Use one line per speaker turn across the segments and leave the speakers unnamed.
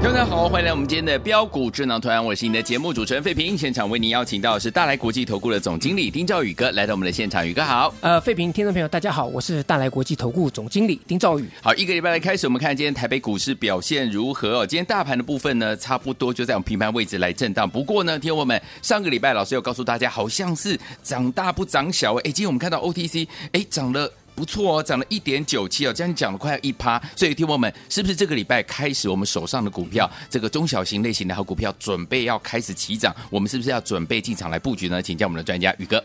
听众大家好，欢迎来我们今天的标股智囊团，我是你的节目主持人费平。现场为您邀请到的是大来国际投顾的总经理丁兆宇哥来到我们的现场，宇哥好。
呃，费平听众朋友，大家好，我是大来国际投顾总经理丁兆宇。
好，一个礼拜来开始，我们看今天台北股市表现如何哦。今天大盘的部分呢，差不多就在我们平盘位置来震荡。不过呢，听我们上个礼拜老师有告诉大家，好像是涨大不涨小哎。今天我们看到 OTC 哎涨了。不错哦，涨了一点九七哦，这样讲了快要一趴，所以听我们是不是这个礼拜开始，我们手上的股票，这个中小型类型的好股票准备要开始起涨，我们是不是要准备进场来布局呢？请教我们的专家宇哥。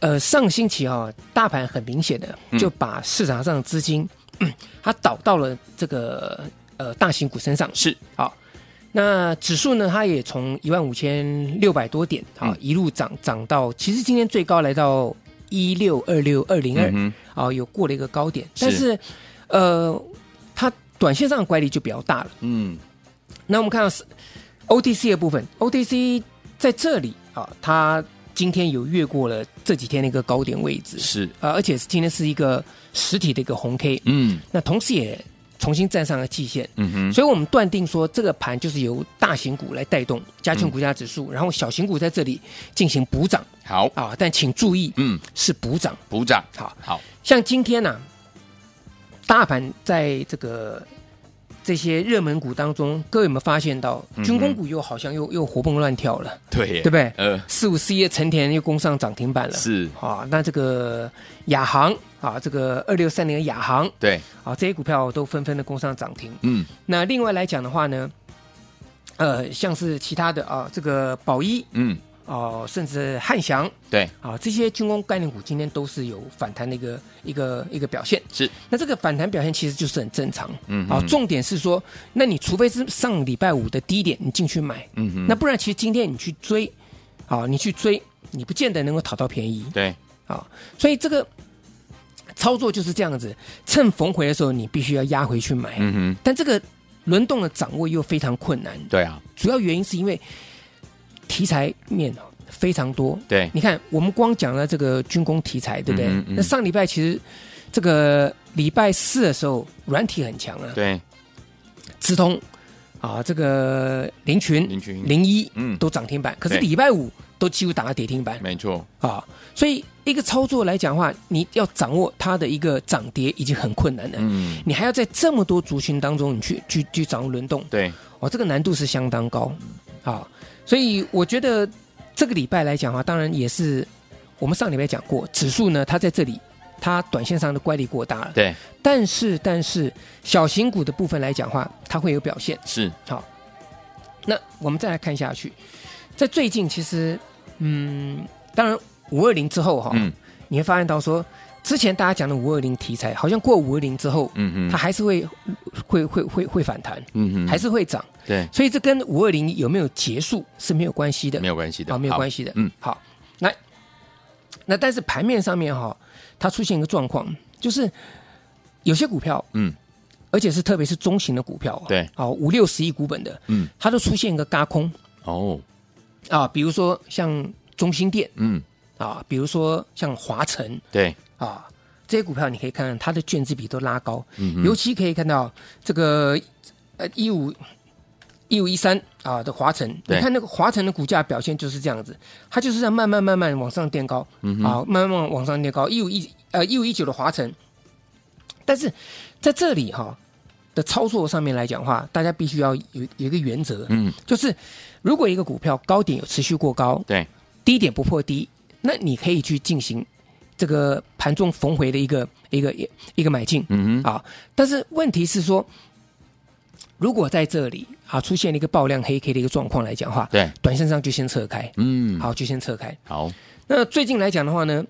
呃，上星期啊、大盘很明显的
嗯
就把市场上的资金，嗯 它导到了这个呃大型股身上。
是，
好，那指数呢，它也从一万五千六百多点啊、
嗯
一路涨涨到，其实今天最高来到一六二六二零二
嗯
啊，有过了一个高点，
是
但是呃，它短线上的乖离就比较大了。
嗯，
那我们看到是 OTC 的部分，OTC 在这里啊，它今天有越过了这几天的一个高点位置，
是，
呃，而且是今天是一个实体的一个红 K，
嗯
那同时也重新站上了季线，
嗯哼，
所以我们断定说这个盘就是由大型股来带动加权股价指数，然后小型股在这里进行补涨
好，
啊，但请注意
嗯，
是补涨，
补涨，
好，
好，
像今天呢、啊大盘在这个这些热门股当中，各位有没有发现到
哼
军工股又好像又又活蹦乱跳了？
对耶，
对不对
呃，
四五四一的成田又攻上涨停板了，
是，
啊，那这个亚航啊，这个二六三零的亚航
对，
啊，这些股票都纷纷的攻上涨停。
嗯，
那另外来讲的话呢，呃，像是其他的啊，这个宝一
嗯，
哦、甚至汉翔
对，
啊，这些军工概念股今天都是有反弹的一个一个一个表现。
是，
那这个反弹表现其实就是很正常，
嗯
啊
哼，
重点是说，那你除非是上礼拜五的低点你进去买，
嗯哼，
那不然其实今天你去追，啊，你去追，你不见得能够讨到便宜
对，
啊，所以这个操作就是这样子，趁逢回的时候你必须要压回去买，
嗯哼，
但这个轮动的掌握又非常困难，
对啊，
主要原因是因为题材面哦非常多，
对，
你看，我们光讲了这个军工题材，对不对？
嗯嗯嗯
那上礼拜其实这个礼拜四的时候，软体很强啊，
对，
直通啊，这个林群、
林群
零一
嗯，
都涨停板，可是
对嗯
礼拜五都几乎打了跌停板
没错，
啊，所以一个操作来讲的话，你要掌握它的一个涨跌已经很困难了。
嗯，
你还要在这么多族群当中，你去去去掌握轮动，
对，
哦，这个难度是相当高啊，所以我觉得这个礼拜来讲的话，当然也是我们上礼拜讲过，指数呢它在这里，它短线上的乖离过大了，
对，
但是但是小型股的部分来讲的话，它会有表现。
是，
那我们再来看下去，在最近其实，嗯，当然五二零之后哈、
嗯
你会发现到说，之前大家讲的五二零题材，好像过五二零之后，
嗯
它
哼，
还是会会会会会反弹，
嗯哼
还是会涨。
对，
所以这跟五二零有没有结束是没有关系的，
没有关系的，
啊，没有关
系，
系的。
嗯，
好，来，那但是盘面上面哈、它出现一个状况，就是有些股票，
嗯，
而且是特别是中型的股票、哦，
对，
哦，五六十亿股本的，
嗯，
它都出现一个嘎空
哦，
啊，比如说像中心店
嗯，
啊，比如说像华晨
对，
啊。这些股票你可以看看它的卷资比都拉高，
嗯哼
尤其可以看到这个呃一五一五一三啊的华晨，
对
你看那个华晨的股价表现就是这样子，它就是在慢慢慢慢往上垫高，
嗯
啊，慢慢往上垫高，一五一呃一五一九的华晨，但是在这里哈、的操作上面来讲的话，大家必须要有有一个原则，
嗯，
就是如果一个股票高点有持续过高，
对，
低点不破低，那你可以去进行这个盘中逢回的一个一个一个买进
嗯哼，
啊。但是问题是说，如果在这里啊出现了一个爆量黑 K 的一个状况来讲的话，
对，
短线上就先撤开，
嗯，
好，就先撤开。
好，
那最近来讲的话呢，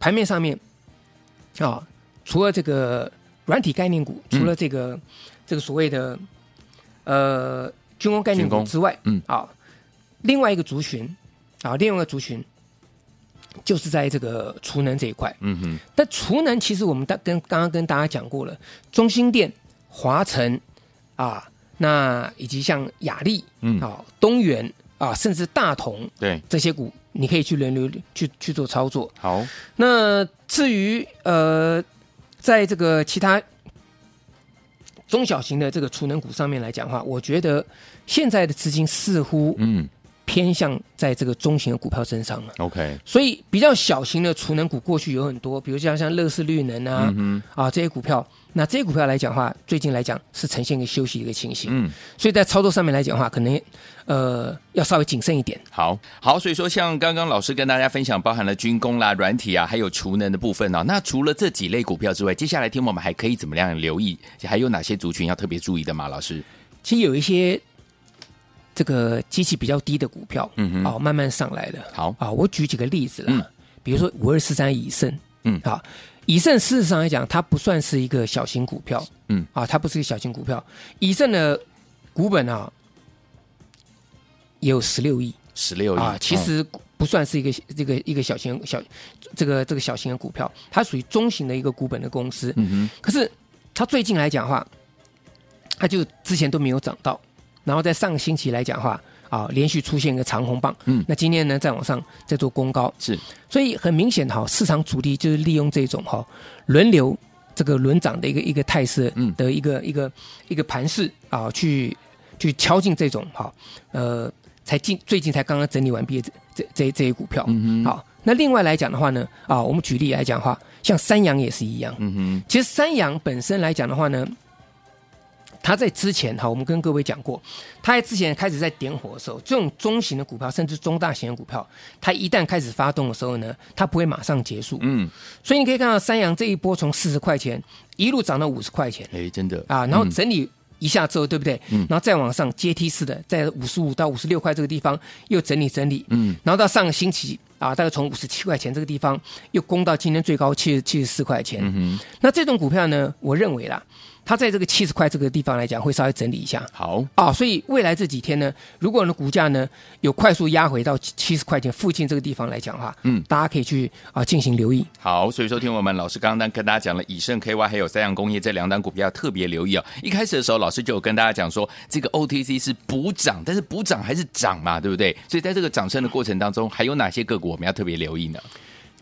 盘面上面啊、除了这个软体概念股，
嗯
除了这个、这个所谓的呃军工概念
军
股
工
之外，
嗯
啊、另外一个族群啊、另外一个族群就是在这个储能这一块。
嗯哼，
但储能其实我们大跟刚刚跟大家讲过了，中心店、华晨啊，那以及像雅力
嗯，
啊、东元啊，甚至大同
对，
这些股，你可以去轮流去去做操作。
好，
那至于呃，在这个其他中小型的这个储能股上面来讲的话，我觉得现在的资金似乎
嗯
偏向在这个中型的股票身上了。
，OK，
所以比较小型的储能股过去有很多，比如像像乐视绿能啊、
嗯哼，
啊这些股票。那这些股票来讲的话，最近来讲是呈现一个休息的一个情形，
嗯。
所以在操作上面来讲的话，可能呃要稍微谨慎一点。
好好，所以说像刚刚老师跟大家分享，包含了军工啦、软体啊，还有储能的部分啊。那除了这几类股票之外，接下来听我们还可以怎么样留意？还有哪些族群要特别注意的吗？老师，
其实有一些这个机器比较低的股票，
嗯哼
啊、慢慢上来了。
好，
啊，我举几个例子啦，
嗯
比如说五二四三以盛，
嗯
啊，以盛事实上来讲，它不算是一个小型股票，
嗯，
啊，它不是一个小型股票，以盛的股本啊也有十六亿
十六亿
啊，其实
嗯
不算是一个这个一个小型小这个这个小型的股票，它属于中型的一个股本的公司，
嗯
可是它最近来讲的话，它就之前都没有涨到，然后在上个星期来讲的话，啊，连续出现一个长红棒，
嗯
那今天呢再往上再做攻高，
是，
所以很明显哈、市场主力就是利用这种哈、轮流这个轮涨的一个一个态势
嗯
的一个、一个一个盘势啊，去去敲进这种哈、呃，才近最近才刚刚整理完毕的这这这这些股票，
嗯哼，
好、那另外来讲的话呢，啊，我们举例来讲的话，像三洋也是一样。
嗯哼，
其实三洋本身来讲的话呢，它在之前哈，我们跟各位讲过，它在之前开始在点火的时候，这种中型的股票甚至中大型的股票，它一旦开始发动的时候呢，它不会马上结束。
嗯，
所以你可以看到三洋这一波从四十块钱一路涨到五十块钱
哎，真的
啊，然后
嗯
整理。一下之后，对不对？
嗯
然后再往上阶梯式的，在五十五到五十六块这个地方又整理整理，
嗯，
然后到上个星期啊，大概从五十七块钱这个地方又攻到今天最高七十七十四块钱，
嗯哼，
那这种股票呢，我认为啦，它在这个七十块这个地方来讲，会稍微整理一下
好，
啊、所以未来这几天呢，如果呢股价呢有快速压回到七十块钱附近这个地方来讲的话，
嗯
大家可以去啊、进行留意。
好，所以说听我们老师刚刚跟大家讲了以盛 KY 还有三洋工业这两档股票特别留意哦。一开始的时候，老师就有跟大家讲说，这个 OTC 是补涨，但是补涨还是涨嘛，对不对？所以在这个涨升的过程当中，还有哪些个股我们要特别留意呢？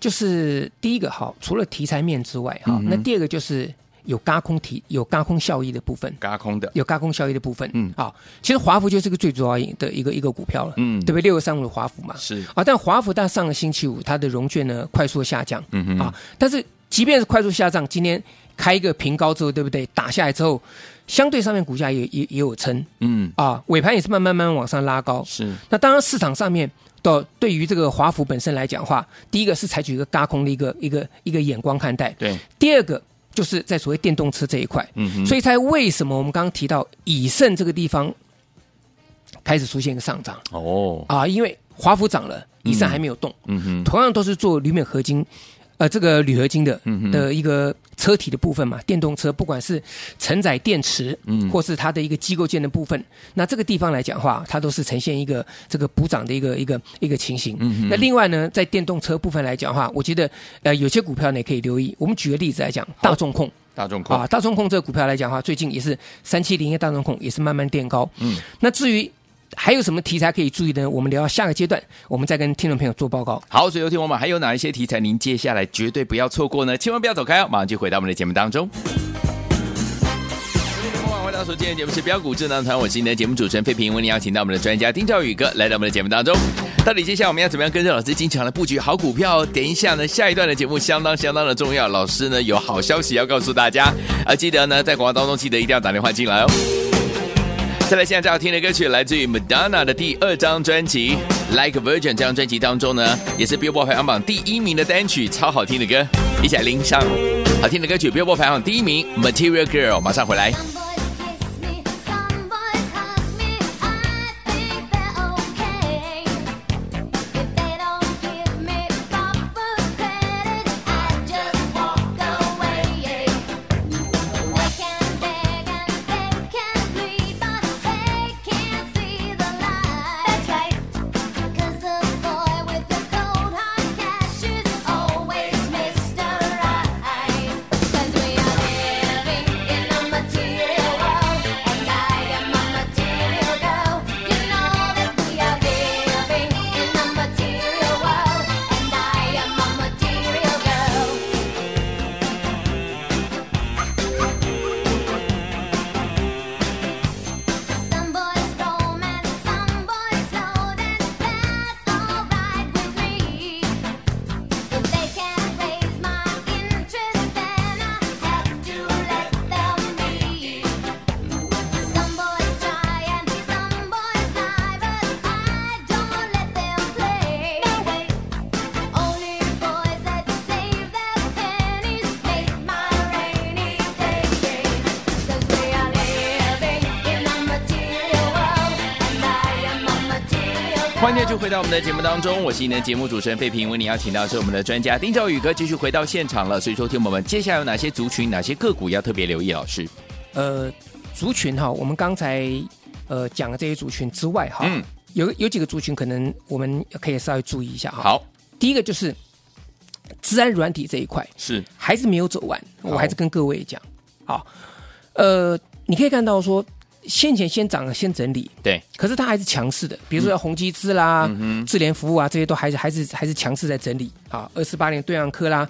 就是第一个哈，除了题材面之外
嗯
哈，那第二个就是有嘎空题有嘎空效益的部分。
嘎空的，
有嘎空效益的部分，
嗯
啊、其实华孚就是个最主要的一个一个股票了，
嗯
对不对？六三五的华孚嘛，
是，
啊，但华孚在上个星期五它的融券呢快速下降，
嗯哼
啊，但是即便是快速下降，今天开一个平高之后，对不对？打下来之后，相对上面股价也也也有撑
嗯，
啊，尾盘也是慢慢慢慢往上拉高。
是，
那当然市场上面的对于这个华孚本身来讲的话，第一个是采取一个嘎空的一个一个一个眼光看待，
对，
第二个就是在所谓电动车这一块，
嗯哼，
所
以
以才为什么我们刚刚提到以盛这个地方开始出现一个上涨
哦，
啊，因为华孚涨了，以盛还没有动。
嗯哼，
同样都是做铝镁合金，呃，这个铝合金的
嗯哼
的一个车体的部分嘛，电动车不管是承载电池，
嗯
或是它的一个机构件的部分，那这个地方来讲的话，它都是呈现一个这个补涨的一个一个一个情形。
嗯哼
那另外呢，在电动车部分来讲的话，我觉得呃有些股票呢也可以留意。我们举个例子来讲，大众控
大众控，
啊，大众控这个股票来讲的话，最近也是三七零一大众控也是慢慢垫高。
嗯，
那至于还有什么题材可以注意呢？我们聊到下个阶段，我们再跟听众朋友做报告。
好，所以有听我们还有哪一些题材，您接下来绝对不要错过呢？千万不要走开哦，马上就回到我们的节目当中。欢迎回到今天的节目是标股智囊团，我是您的节目主持人费平，为您邀请到我们的专家丁兆宇哥来到我们的节目当中。到底接下来我们要怎么样跟着老师进场来布局好股票哦？等一下呢，下一段的节目相当相当的重要，老师呢有好消息要告诉大家，啊，记得呢在广告当中记得一定要打电话进来哦。再来，现在要听的歌曲来自于 Madonna 的第二张专辑《Like a Virgin》。这张专辑当中呢，也是 Billboard 排行榜第一名的单曲，超好听的歌，一起来聆赏。好听的歌曲，Billboard 排行榜第一名，《Material Girl》。马上回来。
Some boys kiss me, some
欢迎继续回到我们的节目当中，我是你的节目主持人费平，为你邀请到是我们的专家丁兆宇哥继续回到现场了。所以，说，听我们接下来有哪些族群、哪些个股要特别留意？老哦师，
呃，族群哈，我们刚才呃讲的这些族群之外哈，
嗯
有有几个族群可能我们可以稍微注意一下哈。，
好，
第一个就是治安软体这一块
是
还是没有走完，
好
我还是跟各位讲，好，呃，你可以看到说先前先涨先整理，
对，嗯
可是它还是强势的，比如说宏基资啦、智联服务啊，这些都还是还是还是强势在整理啊。二四八零对岸科啦，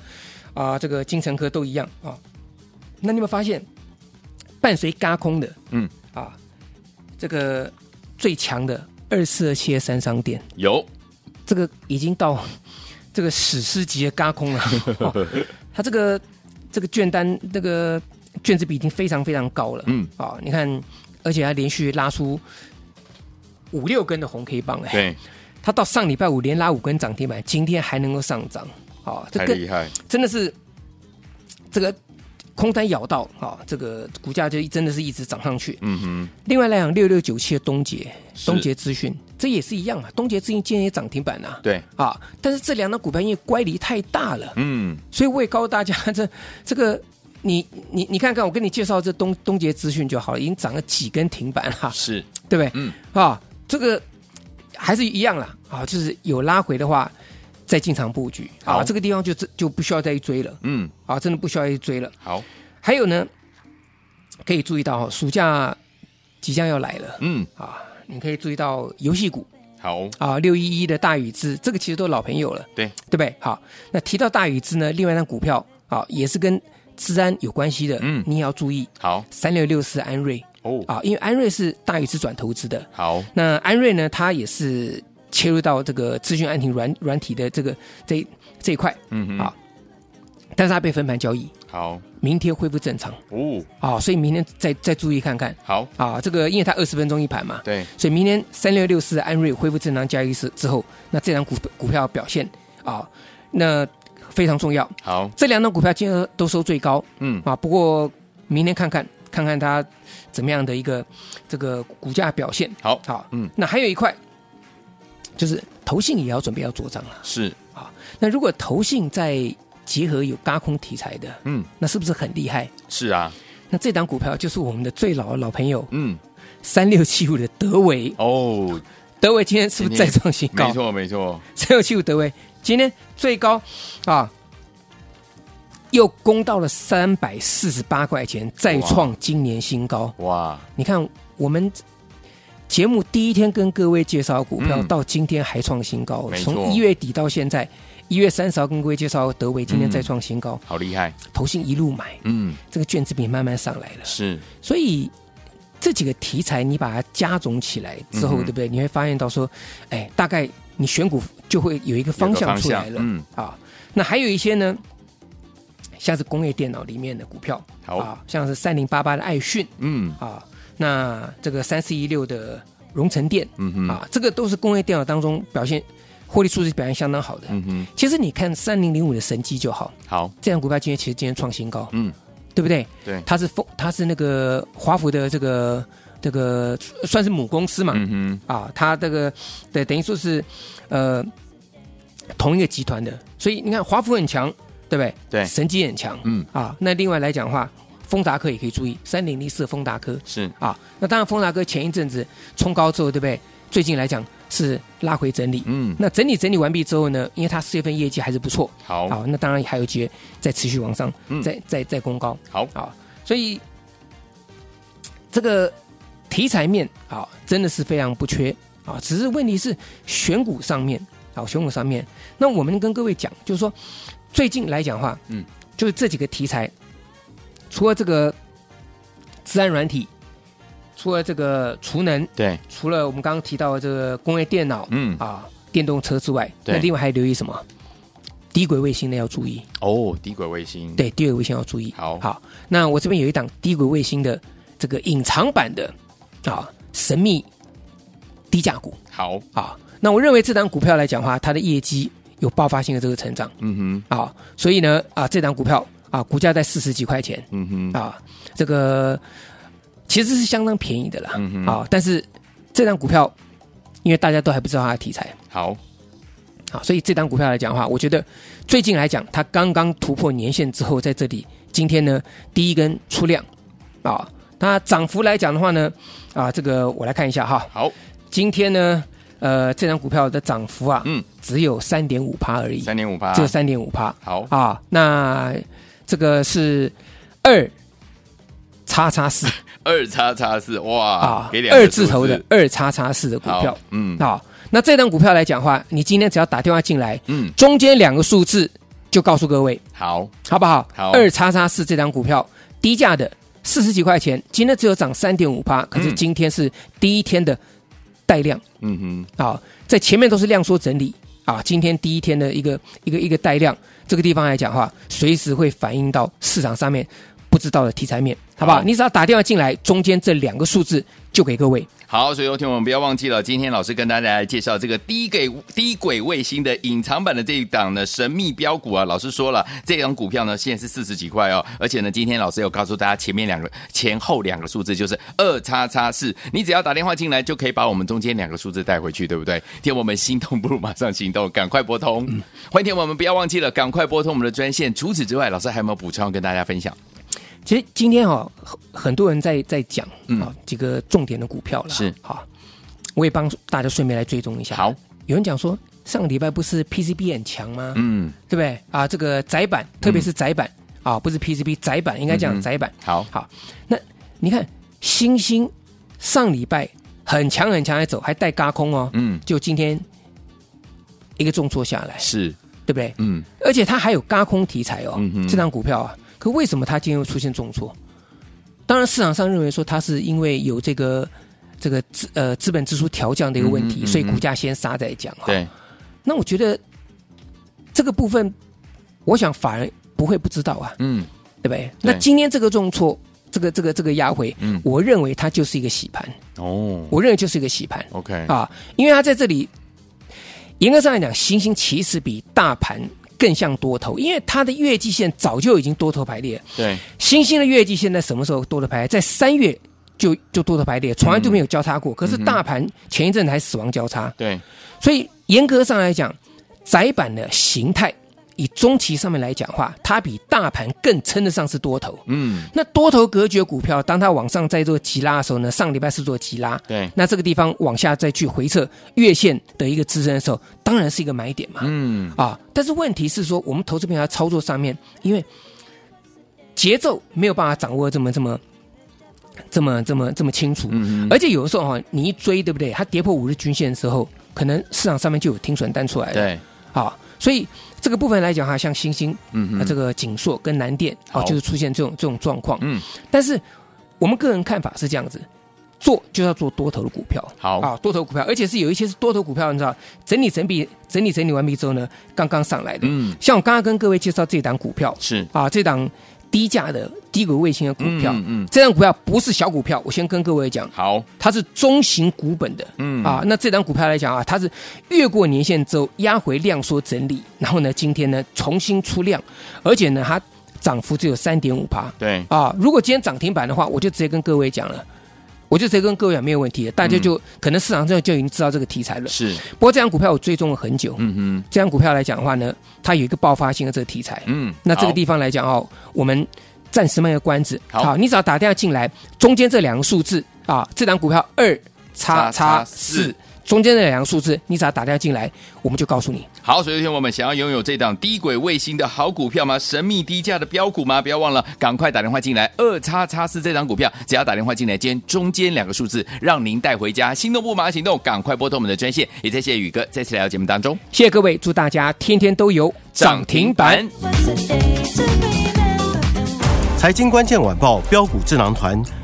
啊、这个金城科都一样啊。那你有没有发现，伴随嘎空的，
嗯
啊，这个最强的二四二七三商店，
有，
这个已经到这个史诗级的嘎 空了。哦它这个这个券单那个卷子比已经非常非常高了。
嗯，
啊、你看，而且它连续拉出五六根的红 K 棒，哎，
对，
它到上礼拜五连拉五根涨停板，今天还能够上涨，啊、这
太
个
厉害，
真的是这个空单咬到啊、这个股价就一真的是一直涨上去。
嗯
另外来讲，六六九七的东杰，
是
东杰资讯，这也是一样啊，东杰资讯今天也涨停板啊
哼，，对，
啊，但是这两档股票因为乖离太大了，
嗯，
所以我也告诉大家， 这这个你你你看看，我跟你介绍这东东杰资讯就好了，已经涨了几根停板了，
是，
对不对？
嗯，
啊，这个还是一样啦，啊，就是有拉回的话再进场布局
好
啊，这个地方就就不需要再去追了
嗯，
啊，真的不需要再去追了。
好，
还有呢，可以注意到哦，暑假即将要来了
嗯，
啊，你可以注意到游戏股
好，
啊，六一一的大禹资，这个其实都是老朋友了。
对，
对不对？好，那提到大禹资呢，另外一张股票啊，也是跟治安有关系的，
嗯
你也要注意
好，
三六六四安瑞
哦，
啊，因为安瑞是大禹资转投资的，
好，
那安瑞呢，它也是切入到这个资讯安停软软体的这个这一这一块，
嗯哼，
好但是它被分盘交易，
好，
明天恢复正常
哦，
啊，所以明天再再注意看看
好，
啊，这个因为它二十分钟一盘嘛，
对，
所以明天三六六四安瑞恢复正常交易之之后，那这张股股票表现啊，那非常重要。
好，
这两档股票今天都收最高
嗯，
啊，不过明天看看看看它怎么样的一个这个股价表现。
好，
好，
嗯，
那还有一块就是投信也要准备要做账了。
是，
那如果投信再结合有高空题材的，
嗯，
那是不是很厉害？
是啊，
那这档股票就是我们的最老的老朋友
嗯，
三六七五的德维，
哦，
德维今天是不是再创新高
没？错，没错，
三六七五德威今天最高啊，又攻到了三百四十八块钱，再创今年新高。
哇，
你看我们节目第一天跟各位介绍股票，
嗯
到今天还创新高
没，错
从一月底到现在。一月三十号跟各位介绍德威今天再
嗯
创新高，
好厉害，
投信一路买，
嗯，
这个卷子比慢慢上来了。
是，
所以这几个题材你把它加总起来之后，
嗯哼
对不对？你会发现到说，哎，大概你选股就会有一个方向出来
有
了
个方向。嗯，
啊，那还有一些呢，像是工业电脑里面的股票，
好，
啊，像是三零八八的爱讯
嗯，
啊，那这个三四一六的荣成电
嗯哼，
啊，这个都是工业电脑当中表现获利数字表现相当好的。
嗯哼，
其实你看三零零五的神机就好，
好，
这样股票今天其实今天创新高，
嗯，
对不对？
对，
它是风，它是那个华孚的这个这个算是母公司嘛，
嗯
啊，它这个对等于说是呃同一个集团的，所以你看华孚很强，对不对？
对
神机很强
哼，，嗯，
啊，那另外来讲的话，丰达科也可以注意，三零零四丰达科
是，
啊，那当然丰达科前一阵子冲高之后，对不对？最近来讲是拉回整理。
嗯，
那整理整理完毕之后呢，因为它四月份业绩还是不错，
好，
好，那当然还有机会再持续往上，
嗯
再再再攻高。
好，
啊，所以这个题材面啊，真的是非常不缺啊，只是问题是选股上面啊，选股上面，那我们跟各位讲，就是说最近来讲的话，
嗯，
就是这几个题材，除了这个自然软体，除了这个储能，
对，
除了我们刚刚提到的这个工业电脑，
嗯，
啊，电动车之外，
对
那另外还留意什么？低轨卫星的要注意，
哦，低轨卫星，，
对，低轨卫星要注意。
好
好，那我这边有一档低轨卫星的这个隐藏版的啊神秘低价股
好，
啊，那我认为这档股票来讲的话，它的业绩有爆发性的这个成长
嗯哼，
啊，所以呢啊，这档股票啊，股价在四十几块钱
嗯哼，
啊，这个其实是相当便宜的啦、
嗯哼
啊，但是这档股票因为大家都还不知道它的题材。
好，
好，啊所以这档股票来讲的话，我觉得最近来讲，它刚刚突破年线之后，在这里今天呢第一根出量啊，它涨幅来讲的话呢，啊，这个我来看一下哈，
好，
今天呢，呃，这张股票的涨幅啊，
嗯，
只有三点五趴而已，
三点五八，
只有三点五趴
好，
啊，那这个是二叉 叉四
二叉叉四，哇
啊，
给，两个
二字头
数
的
字
二叉叉四的股票
好，嗯，
啊，那这张股票来讲的话，你今天只要打电话进来。
嗯，
中间两个数字就告诉各位，
好，
好不好？
好
二叉叉四这张股票低价的四十几块钱，今天只有涨三点五八，可是
嗯
今天是第一天的带量
嗯
啊、在前面都是量缩整理啊，今天第一天的一个一个一个带量，这个地方来讲的话，随时会反映到市场上面。不知道的题材面，好不好？
好
你只要打电话进来，中间这两个数字就给各位。
哼，好，所以有听我们不要忘记了，今天老师跟大家来介绍这个低轨低轨卫星的隐藏版的这一档呢神秘标股啊，老师说了，这档股票呢现在是四十几块哦，而且呢，今天老师有告诉大家前面两个前后两个数字就是二叉叉四，你只要打电话进来就可以把我们中间两个数字带回去，对不对？听我们心动不如马上行动，赶快拨通，欢迎听我们不要忘记了，赶快拨通我们的专线。除此之外，老师还有没有补充跟大家分享？
其实今天哦，很很多人在在讲啊、
嗯
几个重点的股票了，
是
好，我也帮大家顺便来追踪一下。，
好，
有人讲说上个礼拜不是 PCB 很强吗？
嗯，
对不对啊？这个窄板，特别是窄板、啊，不是 PCB 窄板，应该
嗯
讲
哼
窄板。
好，
好，那你看星星上礼拜很强很强在走，还带嘎空哦，
嗯，
就今天一个重挫下来，
是，
对不对？
嗯，
而且它还有嘎空题材哦，
嗯哼
这张股票啊，可为什么它今天又出现重挫？当然，市场上认为说它是因为有这个这个资呃资本支出调降的一个问
嗯哼
题，
嗯哼
所以股价先杀再讲哈。
对，
那我觉得这个部分，我想法人不会不知道啊，
嗯，
对不对？那今天这个重挫，这个这个这个压回，
嗯
我认为它就是一个洗盘，
哦
我认为就是一个洗盘
，OK，
啊，因为它在这里，严格上来讲，星星其实比大盘更像多头，因为它的月季线早就已经多头排列了。
对，
星星的月季线在什么时候多头排列？在三月。就就多头排列，从来都没有交叉过。可是大盘前一阵还死亡交叉，
对，
所以严格上来讲，窄板的形态以中期上面来讲的话，它比大盘更称得上是多头。
嗯，
那多头格局的股票，当它往上再做急拉的时候呢，上礼拜是做急拉，
对
那这个地方往下再去回撤月线的一个支撑的时候，当然是一个买点嘛，
嗯，
啊，但是问题是说，我们投资朋友在操作上面，因为节奏没有办法掌握这么这么这么这么这么清楚，
嗯
而且有的时候哈、你一追，对不对？它跌破五日均线的时候，可能市场上面就有停损单出来了，
对，
啊，所以这个部分来讲哈，像星星、
嗯
啊、这个景硕跟南电啊，
好
就是出现这种这种状况，
嗯，
但是我们个人看法是这样子，做就要做多头的股票。
好，
啊，多头股票，而且是有一些是多头股票，你知道，整理整理整理整理完毕之后呢，刚刚上来的。
嗯，
像我刚刚跟各位介绍这档股票
是
啊，这档低价的低轨卫星的股票，
嗯嗯，
这档股票不是小股票，我先跟各位讲，
好，
它是中型股本的。
嗯，
啊，那这档股票来讲啊，它是越过年线之后压回量缩整理，然后呢，今天呢重新出量，而且呢它涨幅只有三点五趴
对，
啊。如果今天涨停板的话，我就直接跟各位讲了，我就直接跟各位讲没有问题了，大家就、
嗯
可能市场上就已经知道这个题材了。
是，
不过这档股票我追踪了很久，
嗯哼，
这档股票来讲的话呢，它有一个爆发性的这个题材，
嗯，
那这个地方来讲哦，我们暂时卖个关子。
好
你只要打电话进来，中间这两个数字啊，这档股票二叉叉四
4，
中间这两个数字，你只要打电话进来，我们就告诉你。
好，所以天我们想要拥有这档低轨卫星的好股票吗？神秘低价的标股吗？不要忘了，赶快打电话进来，二叉叉四这档股票，只要打电话进来，今天中间两个数字，让您带回家。心动不马上行动，赶快拨通我们的专线。也谢谢宇哥再次来到节目当中，
谢谢各位，祝大家天天都有。
What's a day to remember?
财经关键晚报标股智囊团